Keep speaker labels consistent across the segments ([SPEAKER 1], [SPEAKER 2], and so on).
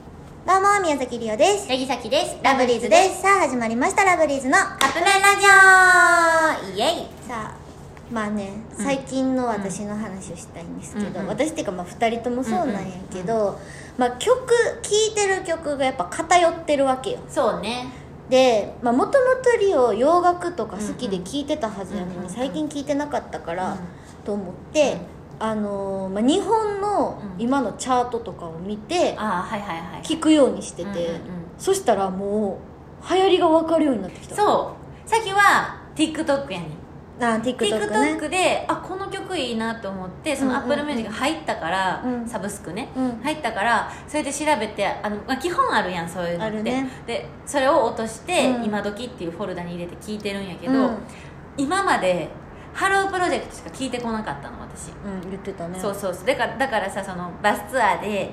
[SPEAKER 1] どうも、宮崎りおです。
[SPEAKER 2] ヤギサキです
[SPEAKER 1] ラブリーズです。さあ、始まりました、ラブリーズのカップ麺ラジ
[SPEAKER 2] すイエイ
[SPEAKER 1] オさあ、まあね、最近の私の話をしたいんですけど、
[SPEAKER 2] うんうん
[SPEAKER 1] 私っていうか、まあ、二人ともそうなんやけど、まあ、曲、聴いてる曲がやっぱ偏ってるわけよ。
[SPEAKER 2] そうね
[SPEAKER 1] でもともとリオ洋楽とか好きで
[SPEAKER 2] うんうん
[SPEAKER 1] 聴いてたはずやのに、
[SPEAKER 2] うんうんうん
[SPEAKER 1] 最近聴いてなかったから、
[SPEAKER 2] うん
[SPEAKER 1] と思って、あのーまあ、日本の
[SPEAKER 2] うん
[SPEAKER 1] 今のチャートとかを見て
[SPEAKER 2] ああはいはいはい
[SPEAKER 1] 聴くようにしてて、
[SPEAKER 2] うんうんうん
[SPEAKER 1] そしたらもう流行りが分かるようになってきた
[SPEAKER 2] そうさっきは TikTok やねん
[SPEAKER 1] あー TikTok ね
[SPEAKER 2] TikTok であこの曲いいなと思ってそ
[SPEAKER 1] うん
[SPEAKER 2] の
[SPEAKER 1] うんうん
[SPEAKER 2] Apple Music 入ったから、
[SPEAKER 1] うん
[SPEAKER 2] サブスクね、
[SPEAKER 1] うん
[SPEAKER 2] 入ったからそれで調べてあの、まあ、基本あるやんそういうの
[SPEAKER 1] あ
[SPEAKER 2] っ
[SPEAKER 1] る
[SPEAKER 2] て、
[SPEAKER 1] ね
[SPEAKER 2] でそれを落として、
[SPEAKER 1] うん
[SPEAKER 2] 今時っていうフォルダに入れて聞いてるんやけど、
[SPEAKER 1] うん
[SPEAKER 2] 今までハロープロジェクトしか聞いてこなかったの私、
[SPEAKER 1] うん言ってたね
[SPEAKER 2] そうそうそうだからだからさそのバスツアーで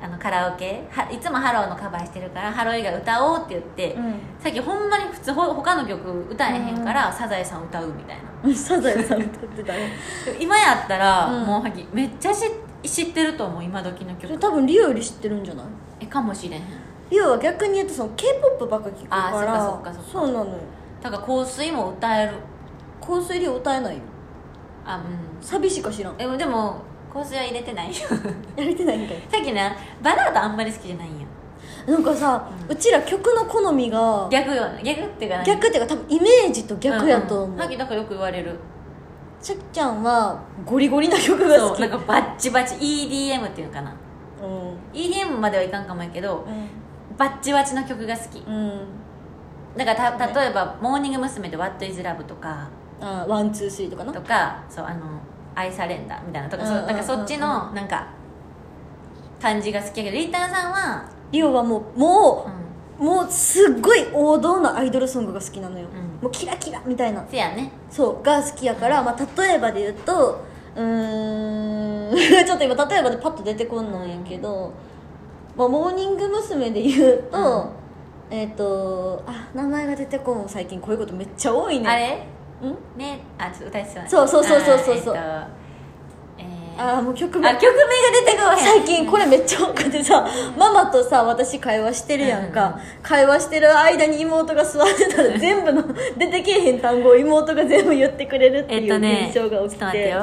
[SPEAKER 2] あのカラオケはいつもハローのカバーしてるからハロー以外歌おうって言って、
[SPEAKER 1] うん、
[SPEAKER 2] さっきほんまに普通ほ他の曲歌えへんから、サザエさん歌うみたいな
[SPEAKER 1] うん、サザエさん歌ってたね
[SPEAKER 2] 今やったら、
[SPEAKER 1] うん
[SPEAKER 2] もうはぎめっちゃし知ってると思う今時の
[SPEAKER 1] それ
[SPEAKER 2] 曲
[SPEAKER 1] 多分リオより知ってるんじゃない
[SPEAKER 2] えかもしれへん
[SPEAKER 1] リオは逆に言うとその k p o p ばっか聴くから
[SPEAKER 2] あーそっかそっかそっか
[SPEAKER 1] うなのよ
[SPEAKER 2] だから香水も歌える
[SPEAKER 1] 香水リオ歌えないよ
[SPEAKER 2] あうん
[SPEAKER 1] サビしか知らん
[SPEAKER 2] えでも香水は入れてない よさ
[SPEAKER 1] やれてないんかい
[SPEAKER 2] っきねバラードあんまり好きじゃないんよ
[SPEAKER 1] なんかさ、うちら曲の好みが逆
[SPEAKER 2] 逆よ逆っていうか何
[SPEAKER 1] っていうか多分イメージと逆やと思う、
[SPEAKER 2] んんさっきだからよく言われる
[SPEAKER 1] ちゃっちゃんはゴリゴリな曲が
[SPEAKER 2] そ
[SPEAKER 1] 好
[SPEAKER 2] う
[SPEAKER 1] き
[SPEAKER 2] なんかバッチバチ EDM っていうのかな
[SPEAKER 1] うん、
[SPEAKER 2] EDM まではいかんかもやけどバッチバチの曲が好き
[SPEAKER 1] うん
[SPEAKER 2] だからた例えば「モーニング娘。」で「What is Love」とか
[SPEAKER 1] あワンツースリーとかな
[SPEAKER 2] とか「そうあの愛されんだ」みたいなとかそう
[SPEAKER 1] うんうんうんう
[SPEAKER 2] なんんかそっちのなんか感じが好きやけどリーターさんは
[SPEAKER 1] リオはもうも
[SPEAKER 2] う
[SPEAKER 1] う、もうすっごい王道なアイドルソングが好きなのよ、
[SPEAKER 2] うん
[SPEAKER 1] もうキラキラみたいなん
[SPEAKER 2] せやね
[SPEAKER 1] そうが好きやから、まあ、例えばで言うとうーん ちょっと今例えばでパッと出てこんのんやけど、まあ、モーニング娘。で言うと、えっ、とあ名前が出てこん最近こういうことめっちゃ多いね
[SPEAKER 2] あれ
[SPEAKER 1] ん
[SPEAKER 2] ねあちょっと歌いそうやね
[SPEAKER 1] そうそうそうそうそうそう
[SPEAKER 2] あーえっとえー
[SPEAKER 1] あーもう曲名
[SPEAKER 2] あ曲名が出てこへん
[SPEAKER 1] 最近これめっちゃ多くてさママとさ私会話してるやんか、
[SPEAKER 2] うんうん
[SPEAKER 1] 会話してる間に妹が座ってたら全部の出てけえへん単語を妹が全部言ってくれるって
[SPEAKER 2] え
[SPEAKER 1] い
[SPEAKER 2] っと
[SPEAKER 1] う
[SPEAKER 2] ね
[SPEAKER 1] 現象が起
[SPEAKER 2] ちょっ
[SPEAKER 1] き
[SPEAKER 2] と
[SPEAKER 1] て,、
[SPEAKER 2] 待ってよ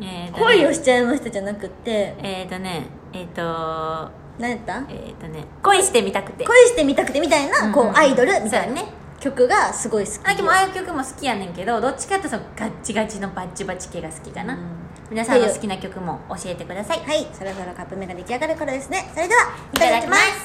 [SPEAKER 2] えっとね
[SPEAKER 1] 恋をしちゃいましたじゃなくって
[SPEAKER 2] えっとねえっと
[SPEAKER 1] 何やった
[SPEAKER 2] えっとね恋してみたくて
[SPEAKER 1] 恋してみたくてみたいな、こ
[SPEAKER 2] うん
[SPEAKER 1] う
[SPEAKER 2] うん
[SPEAKER 1] アイドルみたい
[SPEAKER 2] そう
[SPEAKER 1] な
[SPEAKER 2] や
[SPEAKER 1] ね
[SPEAKER 2] ね
[SPEAKER 1] 曲がすごい好き
[SPEAKER 2] あきもああいう曲も好きやねんけどどっちかっていうとそのガッチガチのバッチバチ系が好きかな、
[SPEAKER 1] うん
[SPEAKER 2] 皆さんの好きな曲も教えてください
[SPEAKER 1] はいそろそろカップ麺が出来上がる頃ですねそれではいただきます